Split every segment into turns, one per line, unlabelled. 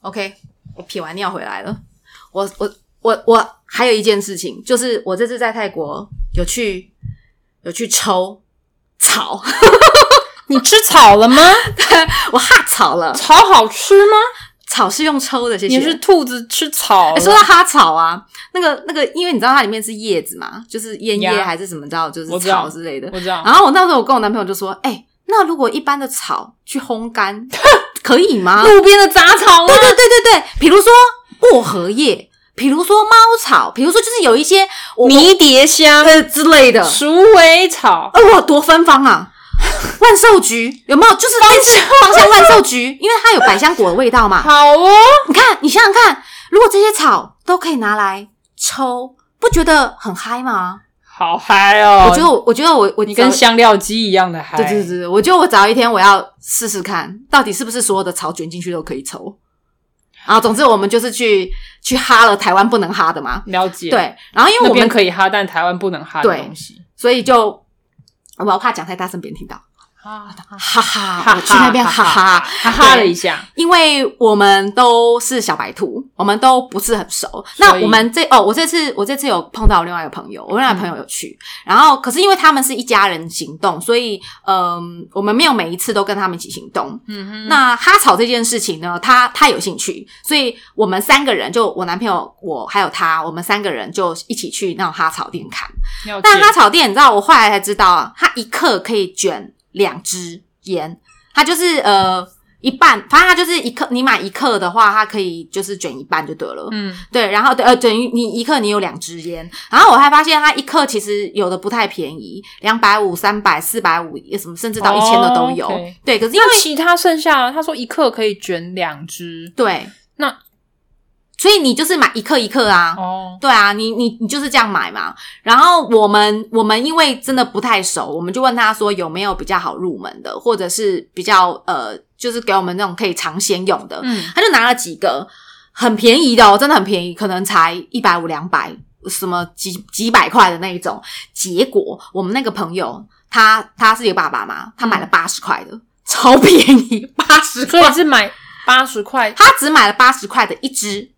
OK，我撇完尿回来了。我我我我还有一件事情，就是我这次在泰国有去有去抽草，
你吃草了吗？
我哈草了。
草好吃吗？
草是用抽的，谢谢。
你是兔子吃草
欸
了？
说到哈草啊，那个那个，因为你知道它里面是叶子嘛，就是烟叶
呀
还是什么，知道就是
我知道
草之类的。
我知道
然，后我那时候我跟我男朋友就说：“哎、那如果一般的草去烘干， 可以吗？”
路边的杂草吗
对？对对对对，比如说薄荷叶，比如说猫草，比如说就是有一些我
迷迭香、
呃之类的。
鼠尾草，
哎、我有多芬芳 啊！万寿菊有没有？就是类似芳香万寿菊，因为它有百香果的味道 嘛。
好哦，
你看，你想想看，如果这些草都可以拿来抽，不觉得很嗨吗？
好嗨哦！
我觉得我，我觉得我，我
你跟
早
香料鸡一样的嗨。
对对对对，我觉得我早一天我要试试看，到底是不是所有的草卷进去都可以抽。啊，总之我们就是去去哈了台湾不能哈的嘛。
了解。，
对，然后因为
那
我
边
们
可以哈，但台湾不能哈的
对
东西。
所以就我要怕讲太大声，别人听到，
哈
哈哈，
啊哈，
我去那边哈哈。
哈哈哈了一下。
因为我们都是小白兔，我们都不是很熟。
所以
那我们这哦，我这次我这次有碰到我另外一个朋友，我另外一个朋友有去，然后可是因为他们是一家人行动，所以嗯、我们没有每一次都跟他们一起行动。
嗯哼，
那哈草这件事情呢，他他有兴趣，所以我们三个人就我男朋友、我还有他，我们三个人就一起去那种哈草店看。
了解
但哈草店，你知道我后来才知道啊，它一克可以卷两支烟，它就是呃一半，反正它就是一克，你买一克的话，它可以就是卷一半就得了。
嗯，
对，然后对呃等于你一克你有两支烟，然后我还发现它一克其实有的不太便宜，两百五、三百、四百五，什么甚至到一千的都有。
哦，OK
对，可是因为
那其他剩下，他说一克可以卷两只
对，
那
所以你就是买一克一克啊。
哦，
对啊，你你你就是这样买嘛。然后我们我们因为真的不太熟，我们就问他说有没有比较好入门的，或者是比较呃，就是给我们那种可以尝鲜用的。
嗯，
他就拿了几个很便宜的哦，真的很便宜，可能才一百五两百，什么几几百块的那一种。结果我们那个朋友他他是一个爸爸嘛，他买
嗯
了八十块的，超便宜，八十
所以是买八十块，
他只买了八十块的一支，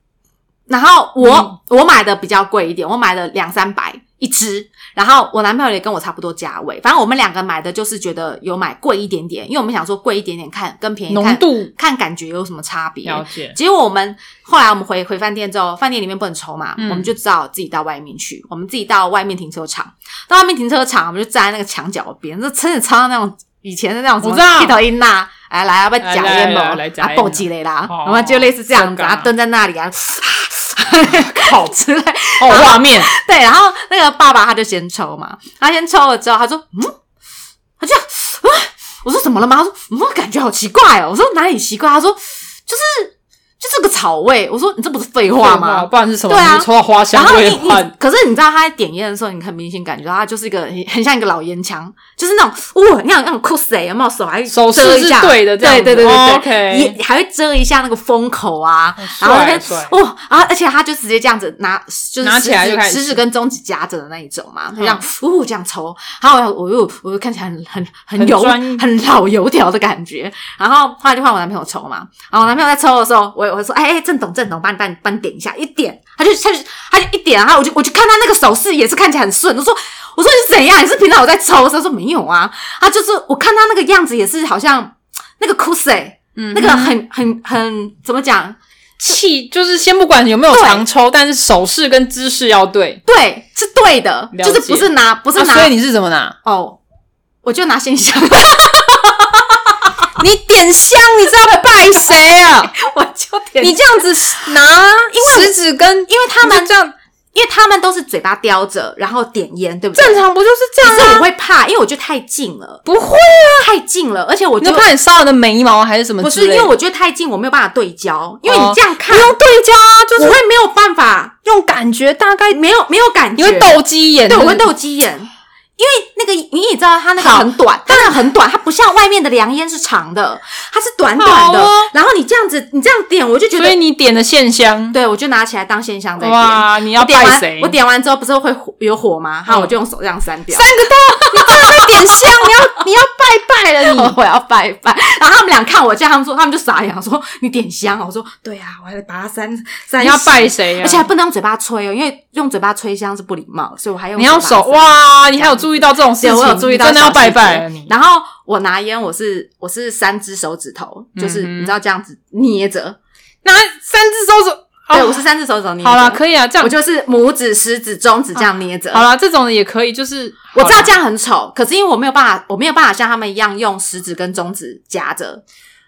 然后
嗯
我、我买的比较贵一点，我买了两三百一支，然后我男朋友也跟我差不多价位，反正我们两个买的就是觉得有买贵一点点，因为我们想说贵一点点看跟便宜
浓
看
度
看感觉有什么差别。
了解，
结果我们后来我们回回饭店之后，饭店里面不能抽嘛，
嗯
我们就只好自己到外面去。我们自己到外面停车场，到外面停车场，我们就站在那个墙角边，就真的超像那种以前的那种什
我
么
知道
剃头音呐，哎来啊，不
来
假烟
来
嘛
来来，夹
啊
烟
爆
嘛
几类啦，
哦
然后就类似这样子，
真的啊
然后蹲在那里啊，
好
之类。
哦，画面
对，然后那个爸爸他就先抽嘛，他先抽了之后，他说嗯，他就啊，我说怎么了吗？他说嗯，感觉好奇怪哦。我说哪里奇怪？他说就是就是个草味。我说你这不是废话吗？
不然是什么？
对啊
你抽到花香
然后
味
你
的
你
话，，
可是你知道他在点烟的时候，你很明显感觉到他就是一个很很像一个老烟枪，就是那种哇，那种那种酷死欸有没有手还
手势
遮一下
是对的这样
对对
子
对对对、
哦，OK
也还会遮一下那个风口啊，
帅
然后那边
帅
哇、然后而且他就直接这样子拿，就是
拿起来
食指
就开始嗯
食指跟中指夹着的那一种嘛，就这样呜、这样抽，然后我又我又看起来很很很
很
油
专
很老油条的感觉，然后后来就换我男朋友抽嘛，然后我男朋友在抽的时候，我我说，哎、哎，郑董郑董，帮你帮你帮你点一下，一点，他就他就他就一点，然后我就我就看他那个手势也是看起来很顺，我说我说你怎样？你是平常有在抽？他说没有啊，他就是我看他那个样子也是好像那个 cos，、欸、
嗯
那个很很很怎么讲？
气就是先不管有没有常抽，但是手势跟姿势要对。
对，是对的，
了解
就是不是拿不是
啊
拿、
所以你是怎么拿？
哦，我就拿线香，
你点香，你是要拜 谁啊？
我就点，
你这样子拿，因为食指跟因为
因为他们
这样
因为他们都是嘴巴叼着，然后点烟，对不对？
正常不啊就是这
可
样
是
吗？
我会怕，因为我觉得太近了。
不会啊，
太近了，而且我
你
就
就怕你烧你的眉毛还是什么
不
之
是因
类的？
为我觉得太近，我没有办法对焦，因为
哦
你这样看，
不用对焦啊，就
我
是
会没有办法，
用感觉大概，
没有没有感
你
觉，
会斗鸡眼，
对，我会
就是
斗鸡眼，因为那个你也知道它那个
好
很短，当然很短，它不像外面的凉烟是长的，它是短短的。
好哦
然后你这样子，你这样点，我就觉
所以
得，
你点的线香，
对我就拿起来当线香在点。
哇，你要
我点
拜
完
谁？
我点完之后不是会火有火吗？好，
嗯
我就用手这样删掉。
三个大
点香，你要你要拜拜了你，
嗯
我要拜拜。然后他们俩看我这样，他们说他们就傻眼，说你点香哦，我说对啊，我还得把它删删。
你要拜，谁啊？
而且还不能用嘴巴吹哦，因为用嘴巴吹香是不礼貌，所以我还用
你要
手
手哇，你还有注意到这种事
对，
情，
我有注意到
你真的要
小细
拜
节
拜了你。
然后我拿烟，我是我是三只手指头，就是
嗯哼
你知道这样子捏着，
拿三只手指，
对
哦
我是三只手指头捏着。
好啦，可以啊，这
我
样
就是拇指、食指、中指这样捏着。
好啦，这种的也可以，就是
我知道这
样，
样很丑，可是因为我没有办法，我没有办法像他们一样用食指跟中指夹着，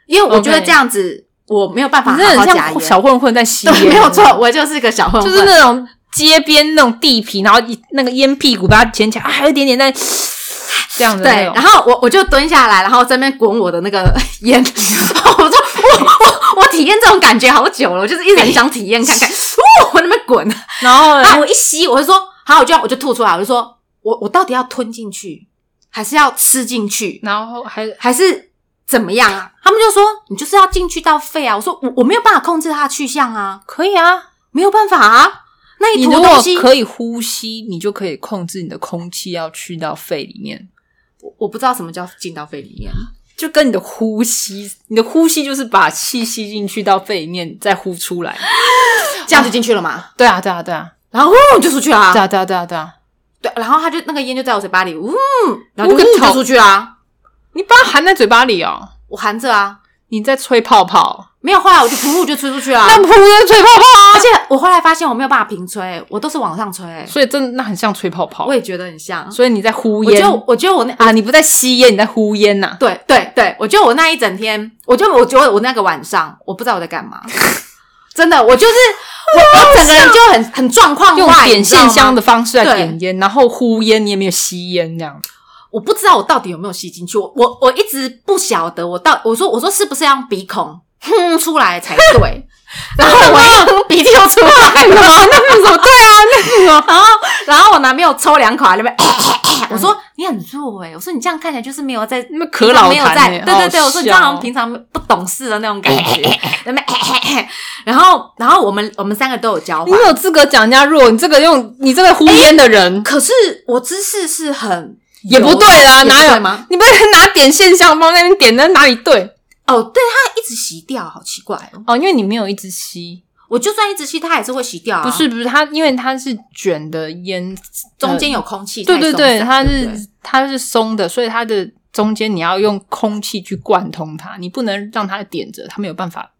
因为我觉得
OK
这样子我没有办法
你
好
真的
好
很
夹
像
烟。
小混混在吸烟，
没有错，，我就是个小混混，
就是那种街边那种地皮，然后一那个烟屁股把它捡起来，啊，还有一点点在这样的那
对。
种
然后我我就蹲下来，然后这边滚我的那个 烟，我就我我我体验这种感觉好久了，我就是一直很想体验看 看。哦，我在那边滚，
然后
啊，
呢
我一吸，我就说好，我就我就吐出来，我就说我我到底要吞进去，还是要吃进去？
然后还
还是怎么样啊？他们就说你就是要进去到肺啊。我说我我没有办法控制它的去向啊，
可以啊，
没有办法啊。那
你
一坨
如
东
果
西，
可以呼吸，你就可以控制你的空气要去到肺里面，
我我不知道什么叫进到肺里面。啊
就跟你的呼吸，你的呼吸就是把气吸进去到肺里面，再呼出来。
这样就进去了嘛，
对啊，对啊，对啊，
然后呜就出去了、
对
啊。
啊，对啊，对啊，对啊，
对，然后他就那个烟就在我嘴巴里，呜，然后
呜个
就呜
头
就出去啊。
你把它含在嘴巴里哦，
我含着啊，
你在吹泡泡，
没有。后来我就噗就吹出去 啊。
那不是吹泡泡
而
啊？
且我后来发现我没有办法平吹，我都是往上吹。
所以真的那很像吹泡泡
我，也觉得很像。
所以你在呼
我觉
烟
得我觉得我那
啊，你不在吸烟，你在呼烟呐、
对对对，我觉得我那一整天，我就我觉得我那个晚上，我不知道我在干 嘛，真的，我就是我我整个人就很很状况
用
外，
点
你知道
线
吗
香的，方式来
对
点烟，然后呼烟，你也没有吸烟这样。
我不知道我到底有没有吸进去，我我我一直不晓得我到我说我说是不是要用鼻孔哼出来才 对，然后我一用鼻涕就出来了，那什么对啊，
哦
那然后然后我男朋友抽两口啊还在那边 我说你很弱哎、我说你这样看起来就是没有在
那么可老
没有
痰
在
欸，
对
好
对对，我说你这
笑
样好
哦
像平常不懂事的那种感觉，那边然后然后我们我们三个都有交
你
换
没，有资格讲人家弱，你这个用你这个呼烟的人、
可是我姿势是很
也不对啦，
有也
哪
不
有
对吗？
你不能拿点线香帮那边点，那哪里对？
哦，对，它一直洗掉，好奇怪哦！
哦，因为你没有一直吸，
我就算一直吸，它还是会洗掉、啊，
不是不是，它因为它是卷的烟，
中间有空气才松
对
散、
对对，它
对
是
不对
它是松的，所以它的中间你要用空气去贯通它，你不能让它点着，它没有办法。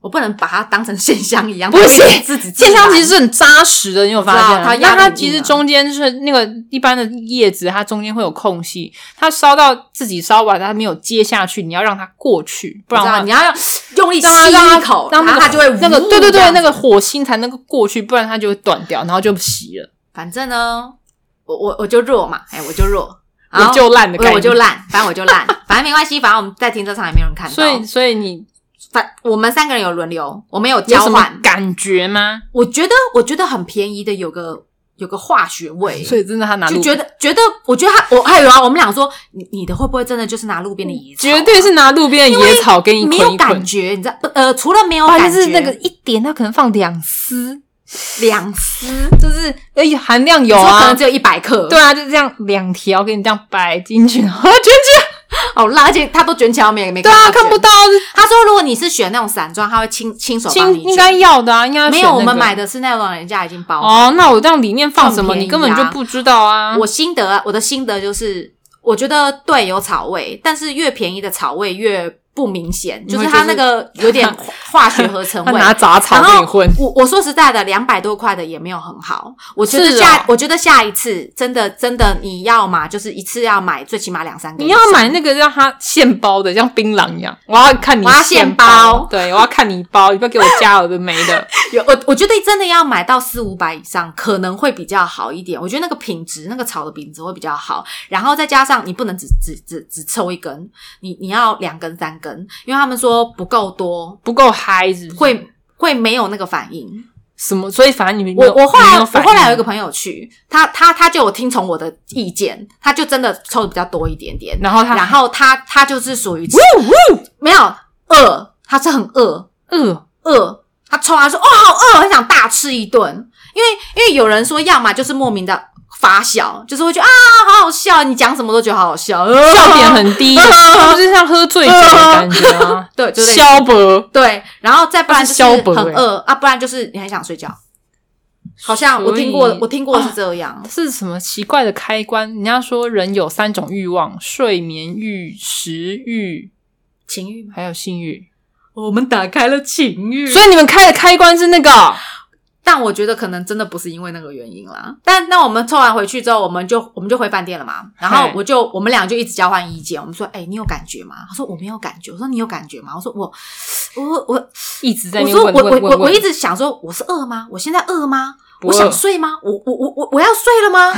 我不能把它当成线香一样，
不是
自己
线香其实是很扎实的，你有发现
我知道
啊？
它压
那
得
它
很
其
硬
实
啊
中间是那个一般的叶子，它中间会有空隙，它烧到自己烧完，它没有接下去，你要让它过去，
不
不然
知
的
道
话
你要用用力吸
让它让
一
它
口，
让
然后
那个
它就会
那个
呜
对对
这样子
对，那个火星才能够过去，不然它就会断掉，然后就不熄了，
反正呢，我我我就弱嘛，哎，我就弱，然
我
后
就烂的概
我
念。
我就烂，反正我就烂，反正没关系，反正我们在停车场也没有人看到。
所以，所以你
反我们三个人有轮流，我们有
有
交
什么
换。
感觉吗？
我觉得，我觉得很便宜的，有个有个化学味，
所以真的他拿
就
路
觉得觉得，我觉得他我还有啊，我们俩说你你的会不会真的就是拿路边的野草？
绝对是拿路边的野草给你
没
捆
有
一
感
捆，
觉，你知道？不呃，除了没有
哇，就
感觉，
是那个一点，它可能放两丝，
两丝，
就是哎含量有
有可
啊
能，只有一百克，
对，啊，就这样两条给你这样摆进去，然后卷起来。
好辣，而且他都卷起来，我们也没
对啊，
到卷
看不。到，
他说，如果你是选那种散装，他会亲亲手帮
亲
你卷
应该要的啊，应该要
没
选
有，
那
我们
个
买的是那种人家已经包好。
哦。那我这样里面放什么，
更便
你
宜
根本就
啊
不知道啊。
我心得，我的心得就是，我觉得对有草味，但是越便宜的草味越不明显，
因
就
为
是
就是
它那个有点 化学合成
他
味。
拿杂草
然
给你
后
混，
我我说实在的，两百多块的也没有很好。我觉得
是
下，
哦
我觉得下一次真的真的你要嘛，就是一次要买最起码两三个。
你要买那个让它现包的，像槟榔一样。我要看你
我要现
现
包
对，我要看你包，你不要给我加有的没的。
有我我觉得真的要买到四五百以上可能会比较好一点。我觉得那个品质，那个草的品质会比较好。然后再加上你不能只只只只抽一根，你你要两根三根，因为他们说不够多
不够嗨是不是？
会会没有那个反应。
什么？所以反正你们
我我后来我后来有一
个
个朋友去，他他他就有听从我的意见，他就真的抽的比较多一点点。
然后他
然后他他就是属于
呜呜
没有饿，他是很饿
呃
饿，他抽完说哦好饿，很想大吃一顿。因为因为有人说，要么就是莫名的发笑，就是会觉得啊好好笑，你讲什么都觉得好好笑，呃
笑点很低，啊
呃
就是像喝醉酒的感觉啊，
对，就类似
消薄。
对，然后再不然就是
他是消薄
很
欸
饿、啊，不然就是你很想睡觉。好像我听过
所以，啊
我听过是这样。
是什么奇怪的开关？人家说人有三种欲望：睡眠欲、食欲，
情欲吗？
还有性欲。
我们打开了情欲
所以你们开的开关是那个
但我觉得可能真的不是因为那个原因啦。但那我们抽完回去之后，我们就我们就回饭店了嘛。然后
嘿
我就我们俩就一直交换意见。我们说：“哎、你有感觉吗？”他说：“我没有感觉。”我说：“你有感觉吗？”我说：“我我我
一直在
我
那边
说
问
我
问
我
问
我
问，
我一直想说我是饿吗？我现在饿吗？
不
我
饿
想睡吗？我我我我我要睡了吗？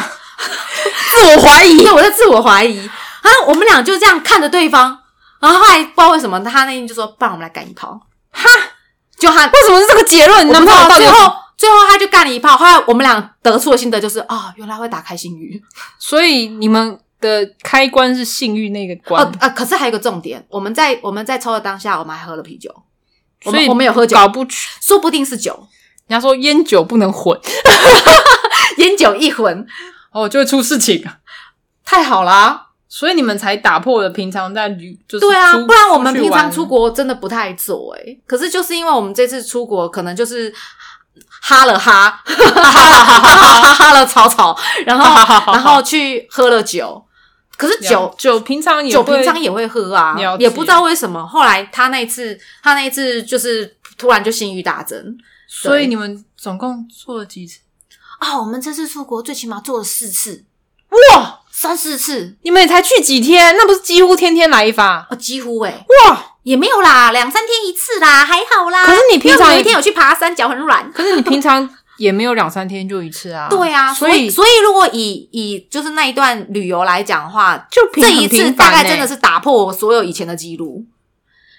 自我怀疑
对，我在自我怀疑啊。我们俩就这样看着对方，然后后来不知道为什么他那天就说：“不然我们来干一炮。”哈，就他
为什么是这个结论？你
我
男
不知
朋
道，
友到底
最
有
后最后他就干了一炮。后来我们俩得出的心得就是，哦，原来会打开性欲。
所以你们的开关是性欲那个
哦
关，
啊，可是还有一个重点，我们在我们在抽的当下，我们还喝了啤酒，我
所
们
以
我们有喝酒，
搞不去。
说不定是酒，
人家说烟酒不能混，
烟酒一魂，
哦，就会出事情。
太好啦。
所以你们才打破了平常在旅就是
对啊，
出
不然我们
去
平常
玩
出国真的不太做诶、欸可是就是因为我们这次出国，可能就是。哈了哈，哈哈哈 哈哈了草草，然后然后去喝了酒，可是酒
酒酒平常也
酒
会
平常也会喝啊
了，解
也不知道为什么。后来他那一次，他那一次就是突然就性欲大增
所以你们总共做了几次？
啊、我们这次出国最起码做了四次，
哇，
三四次，
你们也才去几天，那不是几乎天天来一发？
啊，几乎诶、
哇！
也没有啦，两三天一次啦，还好啦。
可是你
因
平
为我
常
啊有一天有去爬山，脚很软。
可是你平常也没有两三天就一次啊。
对啊，所
所以
所以如果以以就是那一段旅游来讲的话，
就平
这一
很
次
频
大
繁
概
欸
真的是打破我所有以前的记录，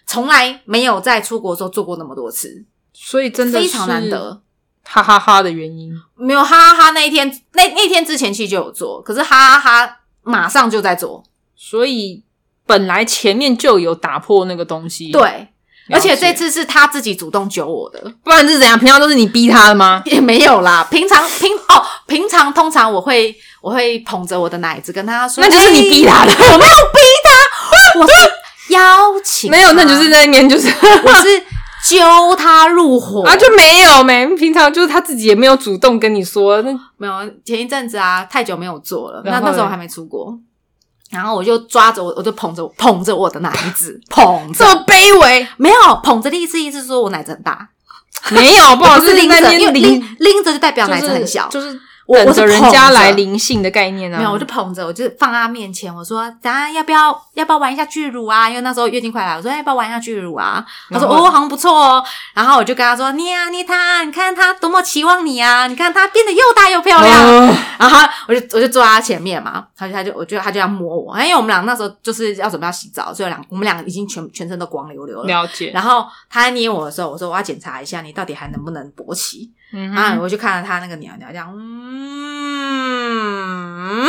从来没有在出国的时候做过那么多次，
所以真的
非常
是
难得。
哈哈哈的原因。
没有哈哈哈那一天，那那天之前其实就有做，可是哈哈哈马上就在做，
所以本来前面就有打破那个东西，，
对，而且
了解
这次是他自己主动揪我的，
不然是怎样？平常都是你逼他的吗？
也没有啦。平常平哦，平常通常我会我会捧着我的奶子跟他说，
那就是你逼 他的，
哎我没有逼他，我是邀请，
没有，那就是在那 边就是
我是揪他入伙
啊，就没有没，平常就是他自己也没有主动跟你说，那
没有，前一阵子啊，太久没有做了，那
然后
那时候
嘞
还没出国，然后我就抓着我，我就捧着捧着我的奶 子，捧
这
着，
么卑微，
没有捧着的意思，意思是说我奶子很大，
没有，不好
我
意思，
拎
哦在那
着，
边
因为拎
零，
拎着就代表
就
奶子
是
很小，
就是
我
等
我是
着人
捧
家
着
来临性的概念啊，
没有，我就捧着，我就放在他面前，我说咱要不要要不要玩一下巨乳啊？因为那时候月经快来，我说哎要不要玩一下巨乳啊？他说
然后
哦好像不错哦，然后我就跟他说捏啊捏他，你看他多么期望你啊，你看他变得又大又漂亮，
啊
然后他我就我就坐在他前面嘛，他就他就我就他就这样摸我，因为我们俩那时候就是要准备要洗澡，所以我俩我们俩已经全全身都光溜溜了。
了解，
然后他在捏我的时候，我说我要检查一下你到底还能不能勃起
嗯
啊！
哼，
我就看着他那个鸟鸟这样，嗯，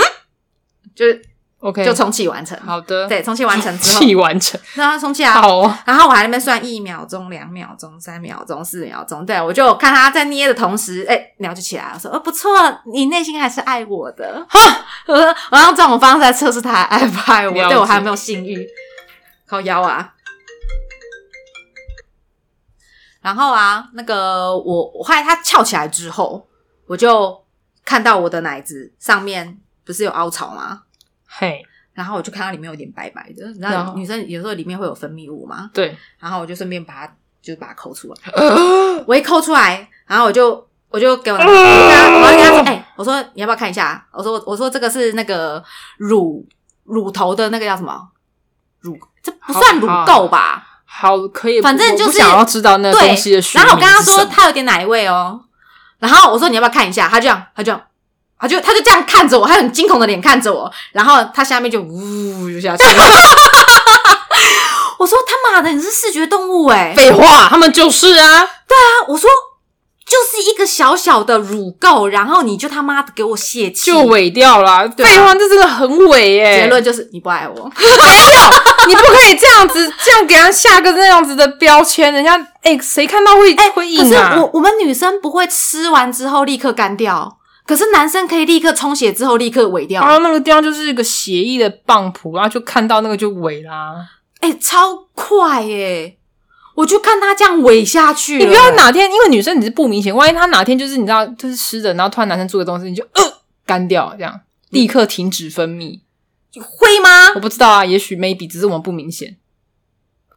就是
，OK，
就充气完成。
好的，
对，充气完成之后，
气完成，
那他充气啊，
好哦，
然后我还在那边算一秒钟、两秒钟、三秒钟、四秒钟，对我就看他在捏的同时，哎、鸟就起来了，我说：“哦，不错，你内心还是爱我的。”哈，我说我用这种方式来测试他还爱不爱我，
了解
对我还有没有性欲，靠腰啊。然后啊，那个我我后来他翘起来之后，我就看到我的奶子上面不是有凹槽吗？
嘿，
然后我就看到里面有点白白的，你知
然
道
后
女生有时候里面会有分泌物吗？
对，
然后我就顺便把它就把它抠出来，我一抠出来，然后我就我就给我男朋友，我就跟 他说，哎、我说你要不要看一下？我说我说这个是那个乳乳头的那个叫什么乳，这不算乳垢吧？
好，可以，
反正
我
就
不
是
想要知道那个
对
东西的，学
然后我
名
跟他
是
说
什么
它有点奶味哦，然后我说你要不要看一下？他这样他这样。他就他就这样看着我，他很惊恐的脸看着我，然后他下面就呜就下去 了。我说他妈的，你是视觉动物哎、
废话，他们就是啊，
我说就是一个小小的乳垢，然后你就他妈的给我泄气。
就萎掉啦。
啊
废话，这真的很萎耶、
结论就是你不爱我，
你不可以这样子，这样给他下个那样子的标签，人家哎，谁、看到会、
哎、
会
可
硬
是
啊？
我我们女生不会吃完之后立刻干掉，可是男生可以立刻充血之后立刻萎掉。
然后那个地方就是一个协议的棒谱，然后就看到那个就萎啦。
哎、超快耶、我就看他这样萎下去了，
你不要哪天，因为女生你是不明显，万一她哪天就是你知道就是湿的，然后突然男生做个东西，你就呃干掉，这
嗯
样立刻停止分泌。
会吗
我？不知道啊，也许 maybe 只是我们不明显。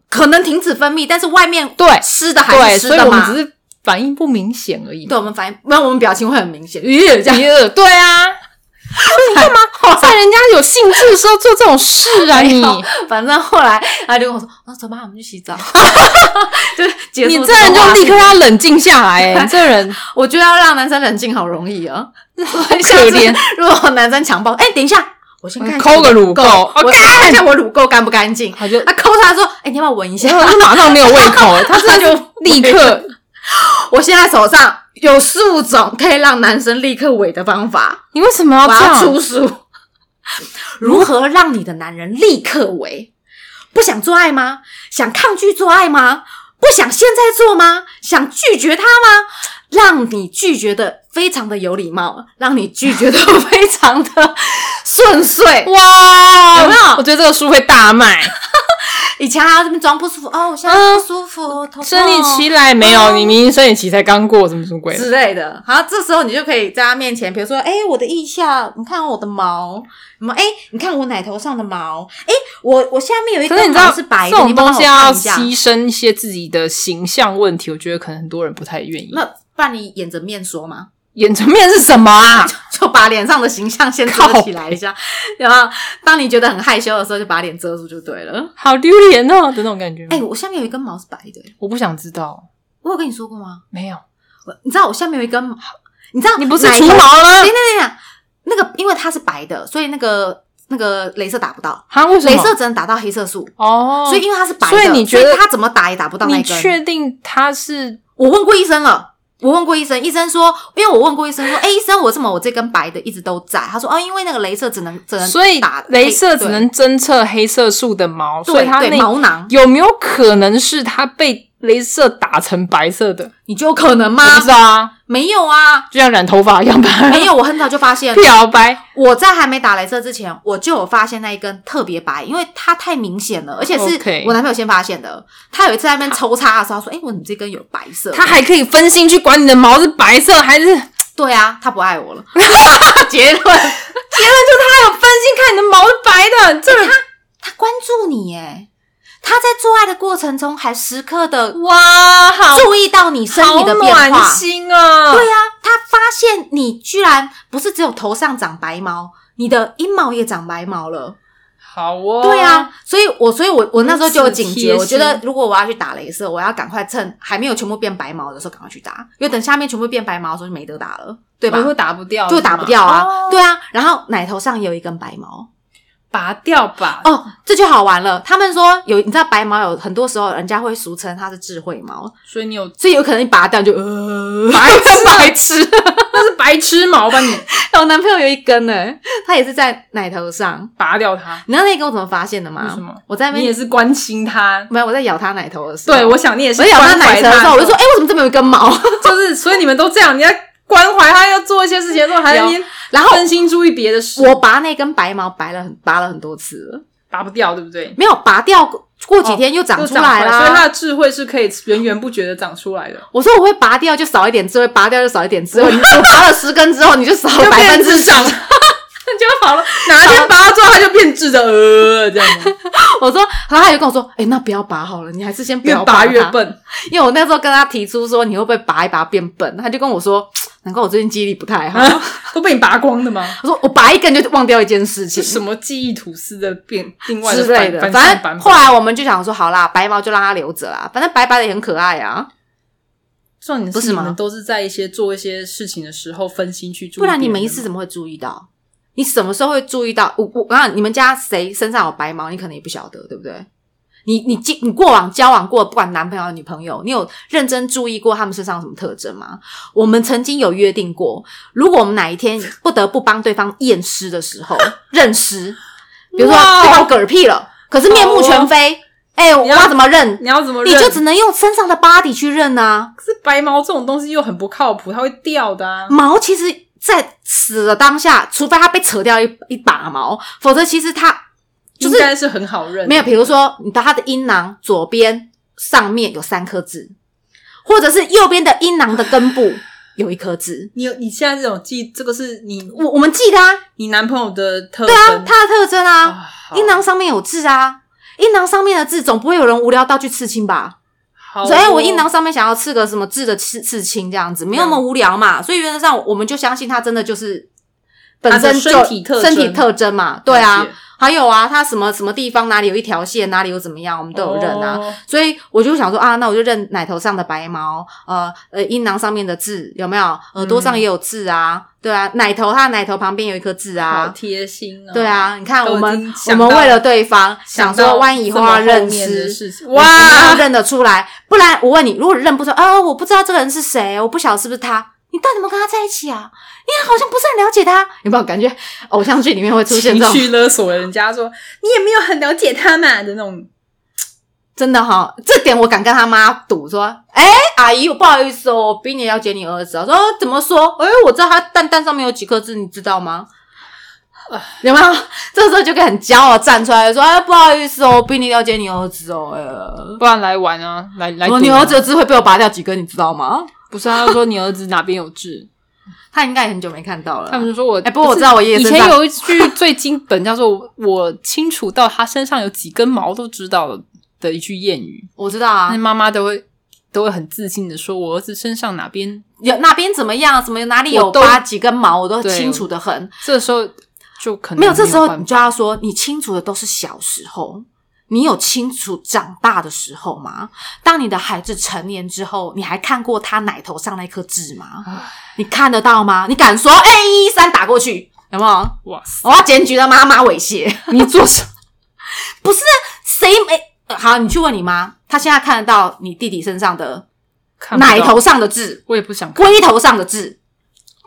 可能停止分泌，但是外面
对
湿的还
对，
是湿
所以
的
我们
嘛
只。是反应不明显而已嘛。
对我们反应，没有我们表情会很明显，
耶，这样对 啊。所以你干嘛在人家有兴致的时候做这种事啊？
没
你
有反正后来他就跟我说：“啊，走吧，我们去洗 澡。”就是结
你
束
这人
个话
就
题
立刻要冷静下 来、哎，你这人
我觉得要让男生冷静好容易啊， 可
可怜。
如果男生强暴，哎、等一下，我先看一下
嗯抠个乳哦
我
垢，
我
我
看一下我乳垢干不干净。
他就
他抠他说：“哎、你要不要闻一 下？
他马上没有胃口 了，他
他
真的就立刻
我现在手上有十五种可以让男生立刻萎的方法，
你为什么要
我
这
要
样
出？书。 如何让你的男人立刻萎？不想做爱吗？想抗拒做爱吗？不想现在做吗？想拒绝他吗？让你拒绝的非常的有礼貌，让你拒 绝的非常的顺遂。
哇，
有没有哦
我觉得这个书会大卖，
以前还要这边装不舒服哦，我现在不舒服，头痛
生理期来没有？你明明生理期才刚过，什么什么鬼？
之类的。好，这时候你就可以在他面前，比如说，哎、我的腋下，你看我的毛，什么，哎、你看我奶头上的毛，哎、我我下面有一
可是
根
你知道
毛是白
这
的，你
种
帮
东
我
西要
看一下。
牺牲一些自己的形象问题，我觉得可能很多人不太愿意。
那不然你掩着面说嘛，
眼层面是什 么啊？
就把脸上的形象先遮起来一下，然后当你觉得很害羞的时候，就把脸遮住就对了。
好丢脸哦的那种感觉吗。
哎、我下面有一根毛是白的、
我不想知道，
我有跟你说过吗？
没有，
我你知道我下面有一根毛，你知道
你不是
奶
除
头
毛
等
了？
等等等，那个因为它是白的，所以那个那个镭射打不到，
哈？为什么？
镭射只能打到黑色素，
哦，
所以因为它是白的，
所以你觉得
它怎么打也打不到那
你
一根？
确定他是
我问过医生了。我问过医生，医生说，因为我问过医生 说，哎、医生，我怎么我这根白的一直都在？他说，哦，因为那个镭射只能只能
所以
打
镭射只
对
能侦测黑色素的毛，所以
对
它
对
那
毛囊，
有没有可能是它被镭射打成白色的？
你就有可能吗
我？不知道啊，
没有 啊，
就像染头发一样吧，
没 有，我很早就发现了，
漂白，
我在还没打镭射之前，我就有发现那一根特别白，因为它太明显了，而且是
OK
我男朋友先发现的。他有一次在那边抽插的时候，他说：“哎、我怎么这根有白 色？”
它还可以分心去管你的毛是白色还是。
对啊，他不爱我了。 结论，
结论就是它有分心看你的毛是白的，这
哎
人
他关注你哎，他在做爱的过程中还时刻的
哇，好
注意到你身体的变
好暖
化。
心啊！
对啊，他发现你居然不是只有头上长白毛，你的阴毛也长白毛了。
好哦，
对啊，，所以我所以我我那时候就有警觉，
如
我
此
觉
贴心
得如果我要去打镭射，我要赶快趁还没有全部变白毛的时候赶快去打，因为等下面全部变白毛的时候就没得打了，对吧？
会打不掉，
就打不掉啊，
哦
对啊。然后奶头上也有一根白毛，
拔掉吧。
哦，这就好玩了。他们说有，你知道白毛有很多时候人家会俗称它是智慧毛，
所以你有
所以有可能你拔掉就呃，
白痴
白痴。
那是白痴毛吧？你
我男朋友有一根呢、他也是在奶头上。
拔掉它，
你知道那根我怎么发现的吗？
为什么？
我在嗯那
你也
边
是关心它。
没有我在咬他奶头的时候，
对，我想你也是
我咬他
关
奶头
怀
的时候，
它。
我就说：“哎、为什么这边有一根毛
就是，所以你们都这样，你要关怀它，要做一些事情的时候，还在那边？”
然后
分心注意别的事，
我拔那根白毛拔了很拔了很多次了，
拔不掉，对不对？
没有拔掉，过几天又长
哦又
出来
所以
啦。哦
它的智慧是可以源源不绝的长出来的，
我说我会拔掉就少一点智慧，拔掉就少一点 智慧。你我拔了十根之后，你就少了百分之十。
就好了。哪天拔掉之后，它就变质的，呃，这样子，
我说，然后他就跟我说：“哎、那不要拔好了，你还是先不
越
要它
拔越。笨。”
因为我那时候跟他提出说你会不会拔一拔变笨，他就跟我说：“难怪我最近记忆力不太好。
啊，都被你拔光的吗？
他说：“我拔一根就忘掉一件事
是
情。”
什么记忆吐司的变另外
之
版
类的，
翻
反
新
正
版
后
本？
来我们就想说，好啦，白毛就让它留着啦，反正白白的也很可爱啊。
重点
不是
是你
吗
们都是在一些做一些事情的时候分心去注意别
不
人的吗，
然你每一次怎么会注意到？你什么时候会注意到？我我啊，你们家谁身上有白毛，你可能也不晓得，对不对？你你经你过往交往过，不管男朋友还是女朋友，你有认真注意过他们身上有什么特征吗？我们曾经有约定过，如果我们哪一天不得不帮对方验尸的时 候，认尸，比如说
哇哦
对方嗝屁了，可是面目全非，哎、我
要
要怎么认？
你要怎么
你
认？
就只能用身上的 body 去认啊。
可是白毛这种东西又很不靠谱，它会掉的啊。
毛其实，在死的当下，除非它被扯掉一一把毛，否则其实它就是
应该是很好认，
没有。比如说，你的它的阴囊左边上面有三颗痣，或者是右边的阴囊的根 部有一颗痣。
你有你现在这种记，这个是你
我我们记得啊，
你男朋友的特
对啊，
征
它的特征啊，
啊
阴囊上面有痣啊，阴囊上面的痣总不会有人无聊到去刺青吧？
好
所以，我
哦
阴囊上面想要刺个什么痣的刺刺青这样子，没有那么无聊嘛。所以原则上，我们就相信他真的就是本身就
他的身体特征
身体特征嘛，对啊
了解。
还有啊，他什么什么地方哪里有一条线，哪里有怎么样，我们都有认啊。
哦
所以我就想说啊，那我就认奶头上的白毛，呃呃，阴囊上面的痣有没有？耳朵上也有痣啊，对啊，奶头它的奶头旁边有一颗痣
好
啊，
贴心哦。
对，啊。你看
都已
我们
经
我
想到
们为了对方
想
想说，
到
万一以后
这么
要认
面的
识，
事情
哇，要
哇，
认得出来，不然我问你，如果认不出来啊，我不知道这个人是谁，我不晓得是不是他，你到底有没有跟他在一起啊？你好像不是很了解他，有没有感觉偶像剧里面会出现
情
这种？
绪勒索人家说你也没有很了解他嘛的那种，
真的哈、这点我敢跟他妈赌说，哎、阿姨，我不好意思哦，我比你了解你儿子啊。说哦怎么说？哎、我知道他蛋蛋上面有几颗痣，你知道吗？ 有没有？这时候就可以很骄傲地站出来说：“哎，不好意思哦，我比你了解你儿子哦。哎
不然来玩啊，来来赌啊、
我你儿子的痣会被我拔掉几根，你知道吗？
不是啊？他说你儿子哪边有 痣？
他应该也很久没看到了。
他们就说我
哎、不过我知道我爷爷
以
身
前
上
有一句最经本叫做“我清楚到他身上有几根毛都知道了”的一句谚语，
我知道啊
那，妈妈都会都会很自信的说：“我儿子身上哪边
有哪边怎么样，什么哪里有
我都
疤几根毛，我都
对
清楚的很。”。
这时候就可能
没有，这时候
办
你
法
就要说，你清楚的都是小时候，你有清楚长大的时候吗？当你的孩子成年之后，你还看过他奶头上那颗痣吗？你看得到吗？你敢说？哎、一一三打过去，有没有？
哇塞，
我要检举他妈妈猥亵。
你做什么？
不是谁没、呃好，你去问你妈，她现在看得到你弟弟身上的
看不到
奶头，上的痣。
我也不想看，
龟头上的痣，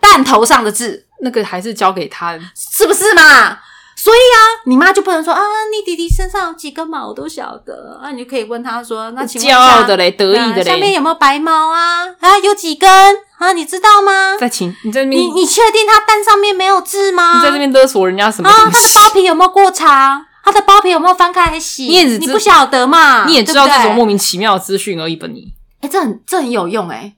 蛋头上的痣，
那个还是交给他。
是不是嘛？所以啊，你妈就不能说啊，你弟弟身上有几根毛我都晓得啊，你就可以问他说，那请问一
骄
下
傲的嘞，得意的
啊下面
嘞，
有没有白毛啊？啊，有几根啊？你知道吗？
在请你在那边
你你确定他蛋上面没有痣吗？
你在这边勒索人家什么
啊，
东
他的
西？
包皮有没有过长？他的包皮有没有翻开来洗？
你也只知
你不晓得嘛？
你也知道
对不
这
对
种莫名其妙的资讯而已吧？你
哎、这很这很有用哎、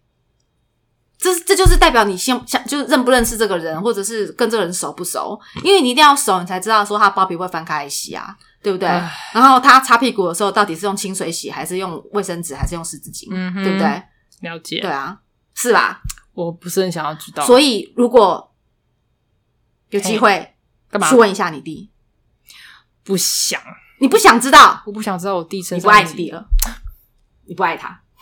这这就是代表你相相就是认不认识这个人，或者是跟这个人熟不熟，因为你一定要熟，你才知道说他包皮会翻开来洗啊，对不对
唉？
然后他擦屁股的时候，到底是用清水洗，还是用卫生纸，还是用湿纸巾，
嗯哼
对不对？
了解
对，啊，是吧？
我不是很想要知道，
所以如果有机会
干嘛
去问一下你弟，
不想？
你不想知道，
我不想知道我弟身
你
上
不爱
有
你
几
弟了，你不爱他，